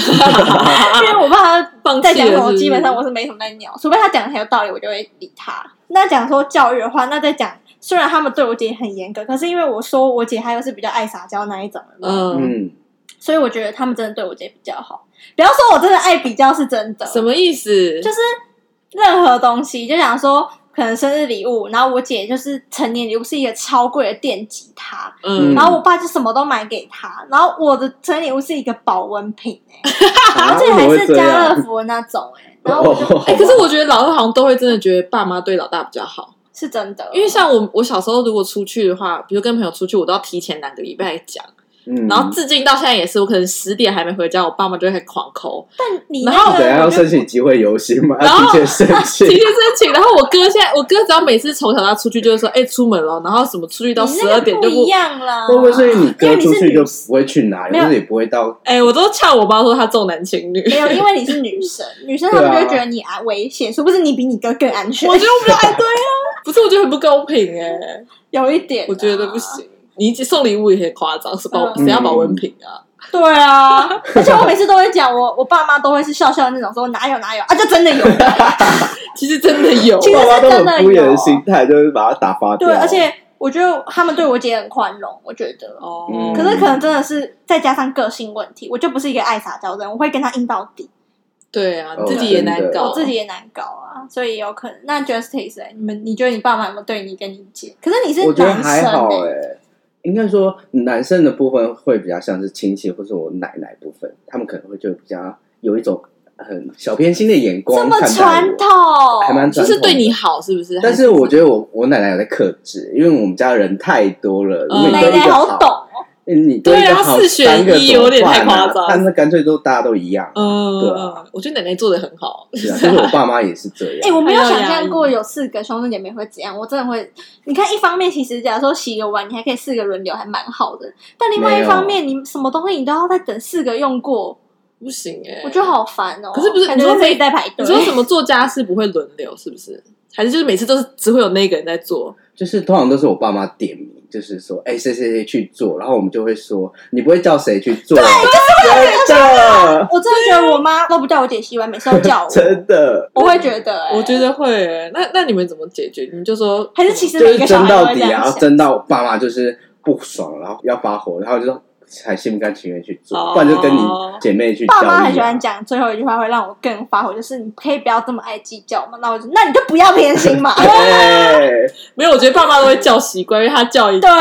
[SPEAKER 1] <laughs> 因为我爸
[SPEAKER 3] <laughs>
[SPEAKER 1] 他
[SPEAKER 3] 放
[SPEAKER 1] 在
[SPEAKER 3] 弃
[SPEAKER 1] 讲
[SPEAKER 3] 了
[SPEAKER 1] 什
[SPEAKER 3] 是
[SPEAKER 1] 么，
[SPEAKER 3] 不是
[SPEAKER 1] 基本上我是没什么在鸟，除非他讲的很有道理，我就会理他。那讲说教育的话，那在讲虽然他们对我姐很严格，可是因为我说我姐她又是比较爱撒娇那一种人嘛，
[SPEAKER 3] 嗯，
[SPEAKER 2] 嗯，
[SPEAKER 1] 所以我觉得他们真的对我姐比较好。不要说我真的爱比较是真的，
[SPEAKER 3] 什么意思？
[SPEAKER 1] 就是任何东西，就想说可能生日礼物，然后我姐就是成年礼物是一个超贵的电吉他，
[SPEAKER 3] 嗯，
[SPEAKER 1] 然后我爸就什么都买给她，然后我的成年礼物是一个保温瓶、欸，
[SPEAKER 2] 啊
[SPEAKER 1] 而且还
[SPEAKER 2] 我会
[SPEAKER 1] 是
[SPEAKER 2] 这
[SPEAKER 1] 家乐
[SPEAKER 2] 样
[SPEAKER 1] 福的那种、欸，然后我就
[SPEAKER 2] 哦
[SPEAKER 3] 哎、可是我觉得老二好像都会真的觉得爸妈对老大比较好，
[SPEAKER 1] 是真的，
[SPEAKER 3] 因为像我，我小时候如果出去的话，比如跟朋友出去，我都要提前两个礼拜讲，
[SPEAKER 2] 嗯，
[SPEAKER 3] 然后至今到现在也是，我可能十点还没回家，我爸妈就会开始狂抠，
[SPEAKER 1] 但你
[SPEAKER 3] 然后
[SPEAKER 1] 那
[SPEAKER 2] 等下
[SPEAKER 1] 个 <laughs>
[SPEAKER 2] 要
[SPEAKER 1] 我就
[SPEAKER 2] 申请集会游行嘛，
[SPEAKER 3] 然
[SPEAKER 2] 要
[SPEAKER 3] 后
[SPEAKER 2] 提前申
[SPEAKER 1] <laughs>
[SPEAKER 3] 提前
[SPEAKER 2] 请，
[SPEAKER 3] 申请。然后我哥现在，我哥只要每次从小到出去就是说，哎、出门了，然后什么出去到
[SPEAKER 1] 你
[SPEAKER 3] 十
[SPEAKER 1] 那
[SPEAKER 3] 二
[SPEAKER 1] 个
[SPEAKER 3] 点
[SPEAKER 1] 不
[SPEAKER 3] 就
[SPEAKER 1] 一
[SPEAKER 3] 不。
[SPEAKER 1] 样啦，
[SPEAKER 2] 会不会所以你
[SPEAKER 1] 因为
[SPEAKER 2] 哥
[SPEAKER 1] 你
[SPEAKER 2] 出
[SPEAKER 1] 是
[SPEAKER 2] 去
[SPEAKER 1] 女
[SPEAKER 2] 就不会去哪里，
[SPEAKER 1] 没有
[SPEAKER 2] 或者也不会到？
[SPEAKER 3] 哎、我都呛我爸说他重男轻女，
[SPEAKER 1] 没有，因为你是女生，女生他们就
[SPEAKER 2] 对啊
[SPEAKER 1] 会觉得你啊危险，殊不知你比你哥更安全。
[SPEAKER 3] 我觉得我们俩哎对啊， <laughs> 不是我觉得很不公平哎、
[SPEAKER 1] <laughs> 有一点啊、
[SPEAKER 3] 我觉得不行。你送礼物也很夸张，是保
[SPEAKER 1] 嗯
[SPEAKER 3] 谁要保温瓶啊？
[SPEAKER 1] 对啊，而且我每次都会讲，我我爸妈都会是笑笑的那种，说哪有哪有啊，就真的有。
[SPEAKER 3] 其实真的有，
[SPEAKER 1] 其实
[SPEAKER 2] 爸妈都
[SPEAKER 1] 真
[SPEAKER 2] 很
[SPEAKER 1] 的
[SPEAKER 2] 敷衍
[SPEAKER 1] 有
[SPEAKER 2] 的心态，就是把他打发掉。
[SPEAKER 1] 对，而且我觉得他们对我姐很宽容，我觉得。
[SPEAKER 3] 哦
[SPEAKER 2] 嗯
[SPEAKER 1] 可是可能真的是再加上个性问题，我就不是一个爱撒娇的人，我会跟他硬到底，
[SPEAKER 3] 对啊，
[SPEAKER 2] 哦
[SPEAKER 3] 你自己也难搞，
[SPEAKER 1] 我自己也难搞啊，所以有可能。那 Justice，欸你们你觉得你爸妈有没有对你跟你姐？可是你是
[SPEAKER 2] 我觉得
[SPEAKER 1] 男生
[SPEAKER 2] 还好
[SPEAKER 1] 欸
[SPEAKER 2] 哎、应该说男生的部分会比较像是亲戚或是我奶奶部分，他们可能会就比较有一种很小偏心的眼光
[SPEAKER 1] 这么
[SPEAKER 2] 看待我
[SPEAKER 1] 传统，
[SPEAKER 2] 还蛮传
[SPEAKER 3] 就
[SPEAKER 2] 统的
[SPEAKER 3] 是对你好，是不是？
[SPEAKER 2] 但是我觉得我我奶奶有在克制，因为我们家人太多了，如果你
[SPEAKER 3] 嗯
[SPEAKER 1] 奶
[SPEAKER 2] 对一
[SPEAKER 1] 奶
[SPEAKER 2] 个
[SPEAKER 1] 好懂，哦，
[SPEAKER 2] 你对一
[SPEAKER 3] 对
[SPEAKER 2] 个
[SPEAKER 3] 啊
[SPEAKER 2] 好
[SPEAKER 3] 四选
[SPEAKER 2] 三个
[SPEAKER 3] 一
[SPEAKER 2] 怎么
[SPEAKER 3] 有点太
[SPEAKER 2] 办啊
[SPEAKER 3] 夸张
[SPEAKER 2] 他那干脆都大家都一
[SPEAKER 3] <laughs>
[SPEAKER 2] 样，
[SPEAKER 3] 嗯，
[SPEAKER 2] 对啊
[SPEAKER 3] 我觉得奶奶做的很好，
[SPEAKER 2] 是啊。但是我爸妈也是这
[SPEAKER 1] 哎、
[SPEAKER 2] 样，
[SPEAKER 1] 我没有想象过有四个兄弟姐妹会怎样，我真的会。你看，一方面其实假如说洗个碗，你还可以四个轮流，还蛮好的。但另外一方面，你什么东西你都要再等四个用过，
[SPEAKER 3] <laughs> 不行哎、
[SPEAKER 1] 我觉得。好烦哦、
[SPEAKER 3] 可是不是
[SPEAKER 1] 感觉
[SPEAKER 3] 你说
[SPEAKER 1] 自己在排队？
[SPEAKER 3] 你说什么做家事不会轮流，是不是？还是就是每次都是只会有那个人在做？
[SPEAKER 2] 就是通常都是我爸妈点名，就是说，哎、谁谁谁去做，然后我们就会说，你不会叫谁去做，真的，
[SPEAKER 1] 我真的觉得我妈都不叫我姐洗碗，每次都
[SPEAKER 3] <laughs>
[SPEAKER 1] 叫我，
[SPEAKER 2] 真的，
[SPEAKER 1] 我会觉得、欸，
[SPEAKER 3] 我觉得会、欸。那那你们怎么解决？你们就说
[SPEAKER 1] 还是其实
[SPEAKER 2] 就
[SPEAKER 1] 每
[SPEAKER 2] 是
[SPEAKER 1] 个小
[SPEAKER 2] 争
[SPEAKER 1] 孩都
[SPEAKER 2] 到
[SPEAKER 1] 会这
[SPEAKER 2] 底啊，然
[SPEAKER 1] 样
[SPEAKER 2] 后
[SPEAKER 1] 想。
[SPEAKER 2] 争到我爸妈就是不爽，然后要发火，然后就才心甘情愿去
[SPEAKER 3] 哦
[SPEAKER 2] 做，不然就跟你姐妹去
[SPEAKER 1] 爸
[SPEAKER 2] 交易
[SPEAKER 1] 妈
[SPEAKER 2] 啊
[SPEAKER 1] 很喜欢讲最后一句话，会让我更发火，就是你可以不要这么爱计较嘛。那我就那你就不要偏心
[SPEAKER 3] <laughs>
[SPEAKER 1] 嘛。
[SPEAKER 2] 啊对，
[SPEAKER 3] 没有，我觉得爸妈都会叫习惯，因为他叫你
[SPEAKER 1] 对
[SPEAKER 3] 叫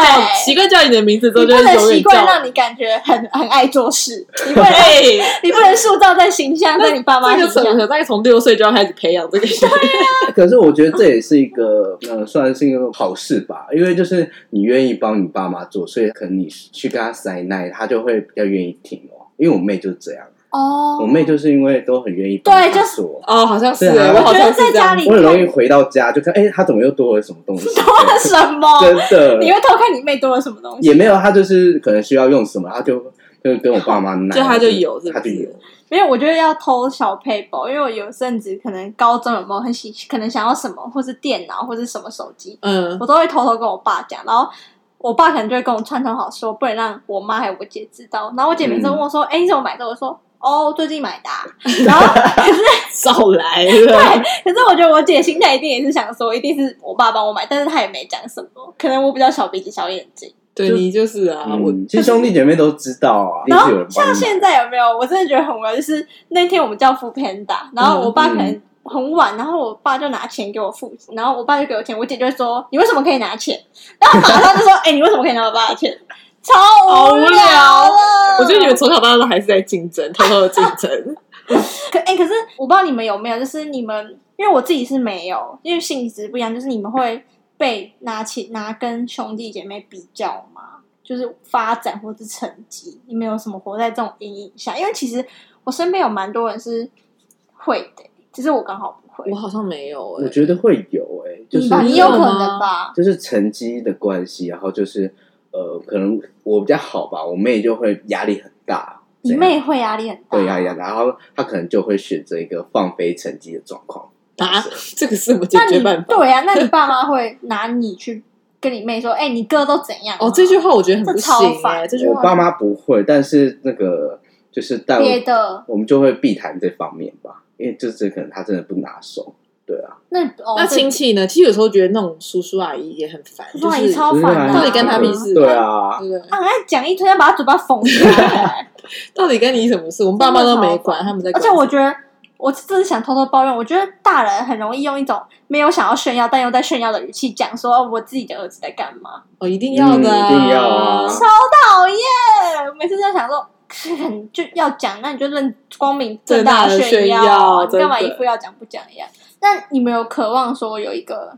[SPEAKER 3] 习惯叫你的名字之后，
[SPEAKER 1] 你
[SPEAKER 3] 就
[SPEAKER 1] 不
[SPEAKER 3] 会
[SPEAKER 1] 能
[SPEAKER 3] 永
[SPEAKER 1] 习
[SPEAKER 3] 远
[SPEAKER 1] 惯
[SPEAKER 3] 叫
[SPEAKER 1] 让。你感觉很很爱做事，你
[SPEAKER 3] <laughs>
[SPEAKER 1] 不能
[SPEAKER 3] 哎，
[SPEAKER 1] <laughs> 你不能塑造在形
[SPEAKER 3] <laughs>
[SPEAKER 1] 象，在你爸妈
[SPEAKER 3] 这
[SPEAKER 1] 形
[SPEAKER 3] 个
[SPEAKER 1] 象
[SPEAKER 3] 整。合大概从六岁就要开始培养这个。
[SPEAKER 2] <laughs> 可是我觉得这也是一个呃，算是一个好事吧，因为就是你愿意帮你爸妈做，所以可能你去跟他塞奶，他就会比较愿意听哦。因为我妹就这样，
[SPEAKER 1] 哦
[SPEAKER 2] 我妹就是因为都很愿意帮
[SPEAKER 1] 对
[SPEAKER 2] 他
[SPEAKER 1] 就是
[SPEAKER 2] 做，
[SPEAKER 3] 哦，好像是、
[SPEAKER 2] 对
[SPEAKER 3] 欸，
[SPEAKER 2] 啊
[SPEAKER 3] 我好
[SPEAKER 1] 我觉
[SPEAKER 3] 像
[SPEAKER 1] 得
[SPEAKER 3] 是
[SPEAKER 1] 在
[SPEAKER 3] 这
[SPEAKER 1] 家
[SPEAKER 3] 样。
[SPEAKER 1] 里
[SPEAKER 2] 我很
[SPEAKER 1] <laughs>
[SPEAKER 2] 容易
[SPEAKER 1] 看
[SPEAKER 2] 回到家就看，哎、他怎么又多了什么东西？
[SPEAKER 1] <laughs> 多了什么，
[SPEAKER 2] 真的
[SPEAKER 1] 你会偷看你妹多了什么东西？
[SPEAKER 2] 也没有，他就是可能需要用什么，他就就跟我爸妈拿，
[SPEAKER 3] 就他就有是不是
[SPEAKER 2] 啊他就有，
[SPEAKER 1] 没有，我觉得要偷小 paper，因为我有阵子可能高中有没有很喜，可能想要什么，或是电脑，或是什么手机，
[SPEAKER 3] 嗯，
[SPEAKER 1] 我都会偷偷跟我爸讲，然后。我爸可能就会跟我串通好说，不能让我妈还有我姐知道。然后我姐每次问我
[SPEAKER 2] 嗯
[SPEAKER 1] 说：“哎、你怎么买的？”我说：“哦，最近买的啊、然后
[SPEAKER 3] 少来了。
[SPEAKER 1] <laughs> 可是我觉得我姐心态一定也是想说，一定是我爸帮我买，但是她也没讲什么，可能我比较小鼻子小眼睛。
[SPEAKER 3] 对
[SPEAKER 2] 就
[SPEAKER 3] 你就是啊，我
[SPEAKER 2] 嗯，其实兄弟姐妹都知道啊，一
[SPEAKER 1] 然后
[SPEAKER 3] 嗯
[SPEAKER 2] 定是有人
[SPEAKER 1] 像
[SPEAKER 2] 帮你买
[SPEAKER 3] 嗯
[SPEAKER 1] 现在有没有？我真的觉得很无聊，就是那天我们叫 f o o Panda，然后我爸可能很晚，然后我爸就拿钱给我付，然后我爸就给我钱，我姐就会说你为什么可以拿钱？然后马上就说 <laughs> 哎、你为什么可以拿我爸的钱？超无聊啊
[SPEAKER 3] 好无
[SPEAKER 1] 了。
[SPEAKER 3] 我觉得你们从小到大都还是在竞争，偷偷的竞争。
[SPEAKER 1] 可哎、可是我不知道你们有没有，就是你们，因为我自己是没有，因为性质不一样，就是你们会被拿起拿跟兄弟姐妹比较吗？就是发展或是成绩，你们有什么活在这种阴影下？因为其实我身边有蛮多人是会的、只是我刚好不会
[SPEAKER 3] <laughs> 我。好像没有哎、
[SPEAKER 2] 我觉得会有哎、就是
[SPEAKER 1] 吧，嗯你有可能
[SPEAKER 3] 真的
[SPEAKER 1] 吧？
[SPEAKER 2] 就是成绩的关系，然后就是呃，可能我比较好吧，我妹就会压力很大，
[SPEAKER 1] 你
[SPEAKER 3] 啊
[SPEAKER 2] 这样
[SPEAKER 1] 妹会压力很大，啊
[SPEAKER 2] 对压力很大，然后她可能就会选择一个放飞成绩的状况。
[SPEAKER 3] 啊，这个是我解
[SPEAKER 1] 那
[SPEAKER 3] 决
[SPEAKER 1] 你
[SPEAKER 3] 办法。
[SPEAKER 1] 对啊，那你爸妈会拿你去跟你妹说，哎、你哥都怎样啊、
[SPEAKER 3] 哦，这句话我觉得很不
[SPEAKER 1] 这
[SPEAKER 3] 行
[SPEAKER 1] 超
[SPEAKER 3] 哎、
[SPEAKER 1] 烦
[SPEAKER 3] 这句
[SPEAKER 2] 我
[SPEAKER 3] 话
[SPEAKER 2] 爸妈不会，但是那个就是但
[SPEAKER 1] 别的，
[SPEAKER 2] 我们就会避谈这方面吧，因为就是可能他真的不拿手，对啊，
[SPEAKER 1] 那哦
[SPEAKER 3] 那亲戚呢？其实有时候觉得那种叔叔阿姨也很烦，
[SPEAKER 1] 叔叔阿姨
[SPEAKER 3] 就是
[SPEAKER 1] 超
[SPEAKER 2] 就是
[SPEAKER 1] 烦的、
[SPEAKER 3] 到底跟他比是
[SPEAKER 2] 对啊，
[SPEAKER 3] 对不对
[SPEAKER 1] 啊，还讲一堆，要把他嘴巴缝起 <laughs> 来。
[SPEAKER 3] 到底跟你什么事？我们爸妈都没管，他们在
[SPEAKER 1] 而
[SPEAKER 3] 管
[SPEAKER 1] 且
[SPEAKER 3] 什么。
[SPEAKER 1] 我觉得，我真是想偷偷抱怨，我觉得大人很容易用一种没有想要炫耀但又在炫耀的语气讲说，哦我自己的儿子在干嘛，
[SPEAKER 3] 哦，一定要的、
[SPEAKER 2] 嗯一定要啊
[SPEAKER 1] 超讨厌。我每次就想说。很就要讲，那你就认光明正大地炫
[SPEAKER 3] 正大地炫耀
[SPEAKER 1] 你干嘛
[SPEAKER 3] 真
[SPEAKER 1] 一
[SPEAKER 3] 的
[SPEAKER 1] 副要讲不讲一样？那你没有渴望说有一个，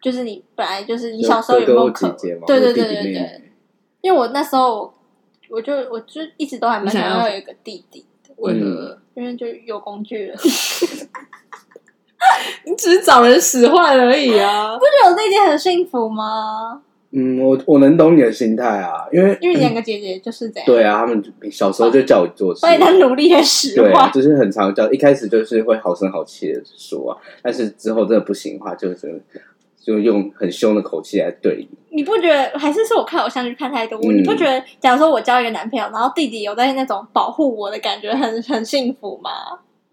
[SPEAKER 1] 就是你本来就是你小时候有没
[SPEAKER 2] 哥
[SPEAKER 1] 有
[SPEAKER 2] 哥
[SPEAKER 1] 渴
[SPEAKER 2] 姐？姐嘛，
[SPEAKER 1] 对对
[SPEAKER 2] 我弟
[SPEAKER 1] 对
[SPEAKER 2] 弟
[SPEAKER 1] 对
[SPEAKER 2] 妹
[SPEAKER 1] 对
[SPEAKER 2] 妹，
[SPEAKER 1] 因为我那时候我就我就一直都还蛮
[SPEAKER 3] 你想
[SPEAKER 1] 想
[SPEAKER 3] 要
[SPEAKER 1] 要有一个弟弟的，
[SPEAKER 3] 为
[SPEAKER 2] 嗯
[SPEAKER 3] 了
[SPEAKER 1] 因为就有工具了。 <laughs>
[SPEAKER 3] 你只是找人使唤而已啊！
[SPEAKER 1] 不觉得我这一点很幸福吗？
[SPEAKER 2] 嗯，我我能懂你的心态啊，因为
[SPEAKER 1] 因为你两个姐姐就是这样，
[SPEAKER 2] 对啊，他们小时候就叫我做事
[SPEAKER 1] 所，以她努力的使
[SPEAKER 2] 对啊，
[SPEAKER 1] 唤。
[SPEAKER 2] 就是很常叫，一开始就是会好声好气的说啊，但是之后真的不行的话，就是就用很凶的口气来对你，
[SPEAKER 1] 你不觉得还是是我看偶像剧看太多？
[SPEAKER 2] 嗯
[SPEAKER 1] 你不觉得，假如说我交一个男朋友，然后弟弟有在那种保护我的感觉很，很幸福吗？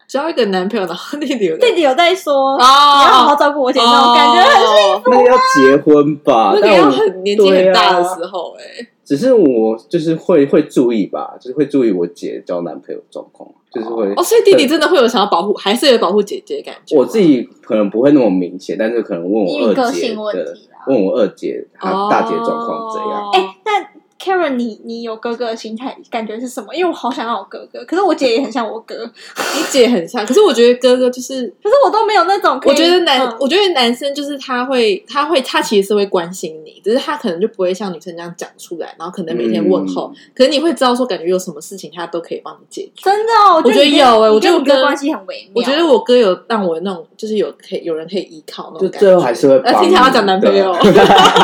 [SPEAKER 3] 交一个男朋友，然后弟弟有
[SPEAKER 1] 弟弟有在说、你要好
[SPEAKER 3] 啊
[SPEAKER 1] 好，照顾我姐，那种感觉很幸福。
[SPEAKER 3] 幸
[SPEAKER 2] 那个要结婚吧，
[SPEAKER 3] 那个
[SPEAKER 2] 啊但
[SPEAKER 3] 要
[SPEAKER 2] 我
[SPEAKER 3] 很年纪很大的时候哎、
[SPEAKER 2] 只是我就是会会注意吧，就是会注意我姐交男朋友的状况，就是会、
[SPEAKER 3] 哦，所以弟弟真的会有想要保护，还是有保护姐姐的感觉吗。
[SPEAKER 2] 我自己可能不会那么明显，但是可能问
[SPEAKER 1] 因为
[SPEAKER 2] 我
[SPEAKER 1] 个
[SPEAKER 2] 二姐
[SPEAKER 1] 性问
[SPEAKER 2] 的，
[SPEAKER 1] 题啦。
[SPEAKER 2] 问我二姐她
[SPEAKER 3] 哦
[SPEAKER 2] 大姐状况怎样。
[SPEAKER 1] 哎、那 Karen，你你有哥哥的心态感觉是什么？因为我好想要有哥哥，可是我姐也很像我哥，
[SPEAKER 3] 你姐很像，可是我觉得哥哥就是
[SPEAKER 1] 可是我都没有那种可以。
[SPEAKER 3] 我觉得男，
[SPEAKER 1] 嗯
[SPEAKER 3] 我觉得男生就是他会，他会，他其实是会关心你，只是他可能就不会像女生这样讲出来，然后可能每天问
[SPEAKER 2] 嗯
[SPEAKER 3] 候。可是你会知道说，感觉有什么事情他都可以帮你解决。
[SPEAKER 1] 真的哦、
[SPEAKER 3] 我觉得
[SPEAKER 1] 你
[SPEAKER 3] 有欸
[SPEAKER 1] 哎、
[SPEAKER 3] 我觉得
[SPEAKER 1] 你
[SPEAKER 3] 我
[SPEAKER 1] 跟
[SPEAKER 3] 哥
[SPEAKER 1] 关系很微妙。
[SPEAKER 3] 我觉得我哥有让我那种，就是有可以有人可以依靠那
[SPEAKER 2] 就
[SPEAKER 3] 种感
[SPEAKER 2] 最后
[SPEAKER 3] 觉。
[SPEAKER 2] 还是会帮你。
[SPEAKER 3] 呃听起来要讲男朋友 <laughs>
[SPEAKER 2] 对啊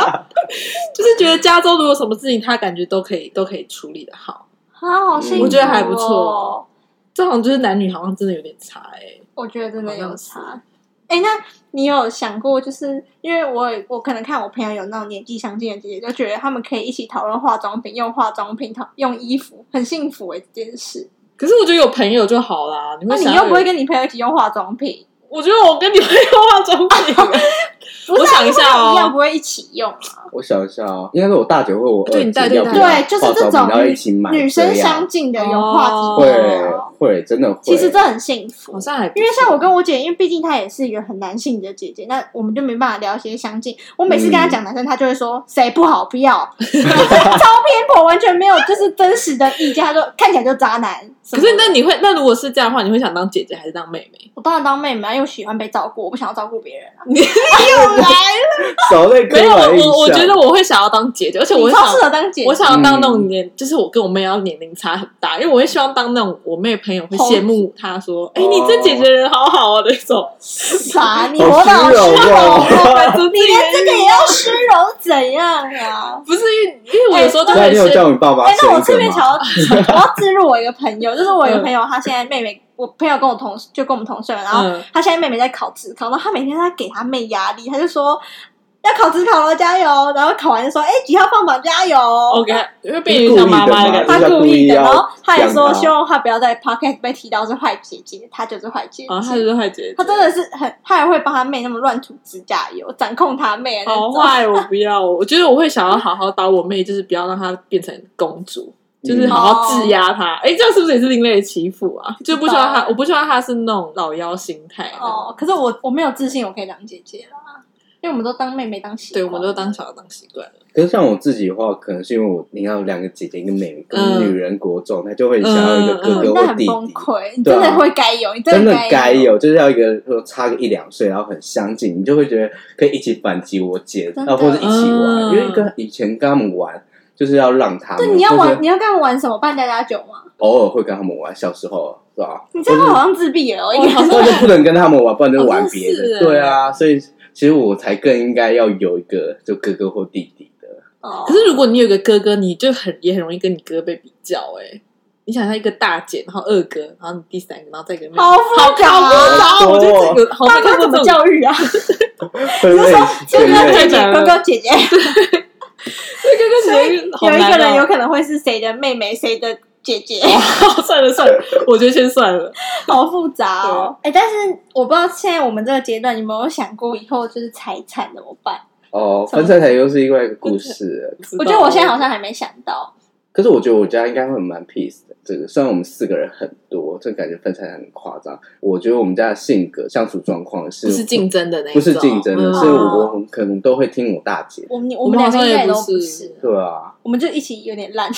[SPEAKER 3] 就是觉得加州如果什么事情，他感觉都可以都可以处理的好。
[SPEAKER 1] 啊，
[SPEAKER 3] 嗯
[SPEAKER 1] 好幸福、
[SPEAKER 2] 我觉得
[SPEAKER 3] 还不错。这好像就是男女好像真的有点差哎、
[SPEAKER 1] 我觉得真的
[SPEAKER 3] 好像
[SPEAKER 1] 有
[SPEAKER 3] 是
[SPEAKER 1] 差。哎、那你有想过，就是因为我有我可能看我朋友有那种年纪相近的姐姐，就觉得他们可以一起讨论化妆品，用化妆品讨用衣服，很幸福哎、这件事。
[SPEAKER 3] 可是我觉得有朋友就好啦。你
[SPEAKER 1] 那、
[SPEAKER 3] 会想
[SPEAKER 1] 啊你
[SPEAKER 3] 要
[SPEAKER 1] 又
[SPEAKER 3] 有
[SPEAKER 1] 不会？跟你朋友一起用化妆品？
[SPEAKER 3] 我觉得我跟你会用化妆品。
[SPEAKER 1] 不是啊
[SPEAKER 3] 我想一下
[SPEAKER 1] 因为他们
[SPEAKER 3] 哦
[SPEAKER 1] 一样不会一起用。
[SPEAKER 2] 我想一下哦，应该是我大姐或我二
[SPEAKER 3] 对你大
[SPEAKER 2] 姐
[SPEAKER 3] 姐
[SPEAKER 2] 要不
[SPEAKER 3] 对
[SPEAKER 2] 要
[SPEAKER 1] 对，就是
[SPEAKER 2] 化
[SPEAKER 1] 这
[SPEAKER 2] 妆品然后一起
[SPEAKER 1] 种
[SPEAKER 2] 买
[SPEAKER 1] 女生
[SPEAKER 2] 这样
[SPEAKER 1] 相近的有话题
[SPEAKER 3] 哦
[SPEAKER 2] 啊会
[SPEAKER 1] 聊，
[SPEAKER 2] 会真的会。
[SPEAKER 1] 其实这很幸福
[SPEAKER 3] 好。像还不
[SPEAKER 1] 因为像 <laughs>
[SPEAKER 3] 错
[SPEAKER 1] 我跟我姐，因为毕竟她也是一个很男性的姐姐，那我们就没办法聊一些相近。我每次跟她讲男生，她就会说谁不好，不要，就是超偏颇，完全没有就是真实的意见。她说看起来就渣男。
[SPEAKER 3] 可是
[SPEAKER 1] 那
[SPEAKER 3] 那你会，那如果是这样的话，你会想当姐姐还是当妹妹？
[SPEAKER 1] 我当然当妹妹啊，又喜欢被照顾，我不想要照顾别人啊。
[SPEAKER 3] 你
[SPEAKER 1] 又来，
[SPEAKER 2] 少在刻
[SPEAKER 3] 没有，
[SPEAKER 2] 板印象
[SPEAKER 3] 我我觉得我会想要当姐姐，而且我
[SPEAKER 1] <laughs> 你
[SPEAKER 3] 会
[SPEAKER 1] 超
[SPEAKER 3] 想，
[SPEAKER 1] 适合当姐姐。
[SPEAKER 3] 我想要当那种年，就是我跟我妹要年龄差很大，因为我会希望当那种我妹朋友会
[SPEAKER 1] 猴子
[SPEAKER 3] 羡慕她说，哎、你这姐姐人好好哦那种， <laughs>
[SPEAKER 1] 傻，啊你
[SPEAKER 2] 好
[SPEAKER 1] 活得好
[SPEAKER 2] 虚
[SPEAKER 1] 虚
[SPEAKER 2] 荣哦
[SPEAKER 1] 荣哦，
[SPEAKER 3] 满足自
[SPEAKER 1] 你 <laughs>
[SPEAKER 3] 己的
[SPEAKER 1] 连这个也要虚荣怎样啊？
[SPEAKER 3] 不是因为因为我有时候就
[SPEAKER 2] 那
[SPEAKER 3] 会
[SPEAKER 2] 你有
[SPEAKER 3] 先，
[SPEAKER 2] 叫你爸爸
[SPEAKER 1] 哎、
[SPEAKER 2] 生
[SPEAKER 1] 那
[SPEAKER 2] 一
[SPEAKER 1] 我
[SPEAKER 2] 个
[SPEAKER 1] 这边
[SPEAKER 2] 吗
[SPEAKER 1] 想要，我要置入我一个朋友，就是我有个朋友，他现在妹妹，我朋友跟我同就跟我们同事嘛，然后
[SPEAKER 3] 嗯，
[SPEAKER 1] 他现在妹妹在考职考，然后他每天在给他妹压力，他就说要考职考了，加油！然后考完就说，哎、几号放榜，加油！
[SPEAKER 3] 我给她，因为变成像妈妈的感
[SPEAKER 1] 他
[SPEAKER 3] 觉。
[SPEAKER 2] 就是
[SPEAKER 1] 故
[SPEAKER 2] 故
[SPEAKER 1] 意
[SPEAKER 2] 意
[SPEAKER 1] 的，
[SPEAKER 2] 要
[SPEAKER 1] 然后他也
[SPEAKER 2] 讲
[SPEAKER 1] 说
[SPEAKER 2] 他
[SPEAKER 1] 希望他不要在 podcast 被提到是坏姐姐，他就是坏姐姐。
[SPEAKER 3] 啊，她就是坏姐姐，
[SPEAKER 1] 他真的是很，他还会帮他妹那么乱涂指甲油，掌控他妹的那
[SPEAKER 3] 好
[SPEAKER 1] 种。
[SPEAKER 3] 坏，我不要，我觉得我会想要好好当我妹，就是不要让她变成公主，就是好好质压他。
[SPEAKER 1] 嗯
[SPEAKER 3] 哎、这样是不是也是另类的欺负啊？就不希望他，我不希望他是那种老妖心态。
[SPEAKER 1] 哦，可是我我没有自信，我可以当姐姐啦，因为我们都当妹妹当习
[SPEAKER 3] 对，
[SPEAKER 1] 惯。
[SPEAKER 3] 我们都当小的当习惯
[SPEAKER 1] 哦
[SPEAKER 3] 了。
[SPEAKER 2] 可是像我自己的话，可能是因为我你看有两个姐姐一个妹妹，可
[SPEAKER 3] 嗯
[SPEAKER 2] 能女人国中，她就会想要一个哥哥
[SPEAKER 1] 那
[SPEAKER 2] 或
[SPEAKER 1] 嗯很
[SPEAKER 2] 弟
[SPEAKER 1] 崩
[SPEAKER 2] 弟。
[SPEAKER 1] 溃，你真
[SPEAKER 2] 对
[SPEAKER 1] 的
[SPEAKER 2] 啊
[SPEAKER 1] 会该有，你
[SPEAKER 2] 真
[SPEAKER 1] 的
[SPEAKER 2] 的该
[SPEAKER 1] 有。
[SPEAKER 2] 有，就是要一个说差个一两岁，然后很相近，你就会觉得可以一起反击我姐，
[SPEAKER 1] 真
[SPEAKER 2] 然
[SPEAKER 1] 的
[SPEAKER 2] 后或者一起玩，
[SPEAKER 3] 嗯
[SPEAKER 2] 因为跟以前跟他们玩就是要让他们，
[SPEAKER 1] 对，你要
[SPEAKER 2] 啊就是
[SPEAKER 1] 玩，你要跟他们玩什么扮家家酒吗？
[SPEAKER 2] 偶尔会跟他们玩，小时候是吧？
[SPEAKER 1] 你这样好像自闭了哦，应该
[SPEAKER 3] 好像
[SPEAKER 2] 或者 <laughs> 不能跟他们玩，不然就玩别
[SPEAKER 3] 好像
[SPEAKER 2] 的。
[SPEAKER 3] 哦是
[SPEAKER 2] 对啊，所以其实我才更应该要有一个就哥哥或弟弟的。
[SPEAKER 1] 哦
[SPEAKER 3] 可是如果你有个哥哥，你就很也很容易跟你哥被比较、哎，你想他一个大姐，然后二哥，然后你第三个，然后再一个妹妹。
[SPEAKER 1] 好复杂啊。
[SPEAKER 3] 然后我觉得这个好
[SPEAKER 1] 爸
[SPEAKER 3] 没
[SPEAKER 1] 妈
[SPEAKER 3] 看过
[SPEAKER 1] 怎么
[SPEAKER 3] 这种
[SPEAKER 1] 教育啊？
[SPEAKER 2] 会累
[SPEAKER 1] 就
[SPEAKER 2] 会
[SPEAKER 1] 是
[SPEAKER 3] 那
[SPEAKER 2] 累
[SPEAKER 1] 姐
[SPEAKER 3] 太
[SPEAKER 1] 姐、
[SPEAKER 3] 难
[SPEAKER 1] 哥
[SPEAKER 3] 了
[SPEAKER 1] 哥、姐姐，
[SPEAKER 3] 哥哥姐姐好
[SPEAKER 1] 有一
[SPEAKER 3] 难
[SPEAKER 1] 个人
[SPEAKER 3] 哦 <laughs>
[SPEAKER 1] 有可能会是谁的妹妹，谁的姐姐，
[SPEAKER 3] 哦，算了算了，我觉得先算了。
[SPEAKER 1] 好复杂哦。哎，但是我不知道现在我们这个阶段，你有没有想过以后就是财产怎么办？
[SPEAKER 2] 哦，分散财又是另外一个故事。
[SPEAKER 1] 我觉得我现在好像还没想到。
[SPEAKER 2] 可是我觉得我家应该会蛮 peace 的。这个虽然我们四个人很多，这感觉分散财很夸张。我觉得我们家的性格相处状况是
[SPEAKER 3] 不是竞争的那一种，
[SPEAKER 2] 不是竞争的，
[SPEAKER 3] 嗯
[SPEAKER 2] 所以我我可能都会听我大姐的。
[SPEAKER 1] 我们我
[SPEAKER 3] 我
[SPEAKER 1] 们两
[SPEAKER 3] 们好像
[SPEAKER 1] 个应该
[SPEAKER 3] 也
[SPEAKER 1] 也都
[SPEAKER 3] 不
[SPEAKER 1] 是，
[SPEAKER 2] 对啊，
[SPEAKER 1] 我们就一起有点烂。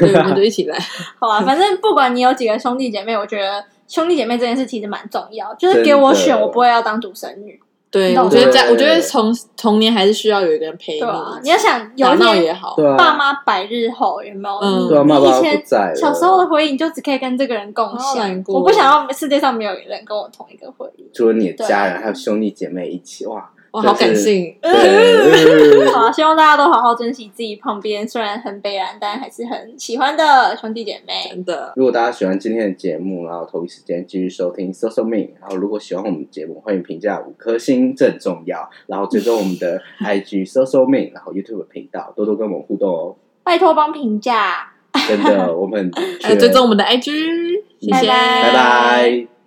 [SPEAKER 3] 对，我们就一起来。
[SPEAKER 2] <laughs>
[SPEAKER 1] 好啊，反正不管你有几个兄弟姐妹，我觉得兄弟姐妹这件事其实蛮重要。就是给我选，
[SPEAKER 2] 真的
[SPEAKER 1] 我不会要当独生女，
[SPEAKER 3] 对，
[SPEAKER 1] 懂
[SPEAKER 3] 我觉得家，
[SPEAKER 2] 对
[SPEAKER 3] 我觉得从童年还是需要有一个人陪
[SPEAKER 1] 对啊，你
[SPEAKER 3] 你，
[SPEAKER 1] 要想有
[SPEAKER 3] 打
[SPEAKER 1] 一
[SPEAKER 3] 闹
[SPEAKER 1] 天
[SPEAKER 3] 也好，
[SPEAKER 2] 对啊，
[SPEAKER 1] 爸妈百日后有没有？
[SPEAKER 3] 嗯
[SPEAKER 1] 你
[SPEAKER 2] 对啊，妈妈
[SPEAKER 1] 你以
[SPEAKER 2] 不
[SPEAKER 1] 前
[SPEAKER 2] 在了
[SPEAKER 1] 小时候的回忆，你就只可以跟这个人共
[SPEAKER 3] 好
[SPEAKER 1] 享
[SPEAKER 3] 难。过
[SPEAKER 1] 我不想要世界上没有人跟我同一个回忆。
[SPEAKER 2] 除了你的家人，
[SPEAKER 1] 对
[SPEAKER 2] 还有兄弟姐妹一起，
[SPEAKER 1] <laughs>
[SPEAKER 2] 哇，
[SPEAKER 3] 哇，好感性。
[SPEAKER 2] <laughs> 对
[SPEAKER 1] 好啊，希望大家都好好珍惜自己旁边虽然很悲然，但还是很喜欢的兄弟姐妹。
[SPEAKER 3] 真的，
[SPEAKER 2] 如果大家喜欢今天的节目，然后同一时间继续收听《So So Me》，然后如果喜欢我们的节目，欢迎评价五颗星，这很重要。然后追踪我
[SPEAKER 3] <laughs>
[SPEAKER 2] 们的 IG So So Me，然后 YouTube 频道，多多跟我们互动哦。
[SPEAKER 1] 拜托帮评价。
[SPEAKER 2] 真的，我们很
[SPEAKER 3] 还有 <laughs>
[SPEAKER 2] 缺
[SPEAKER 3] 追踪我们的呃 IG，谢
[SPEAKER 1] 拜
[SPEAKER 3] 谢，
[SPEAKER 2] 拜拜。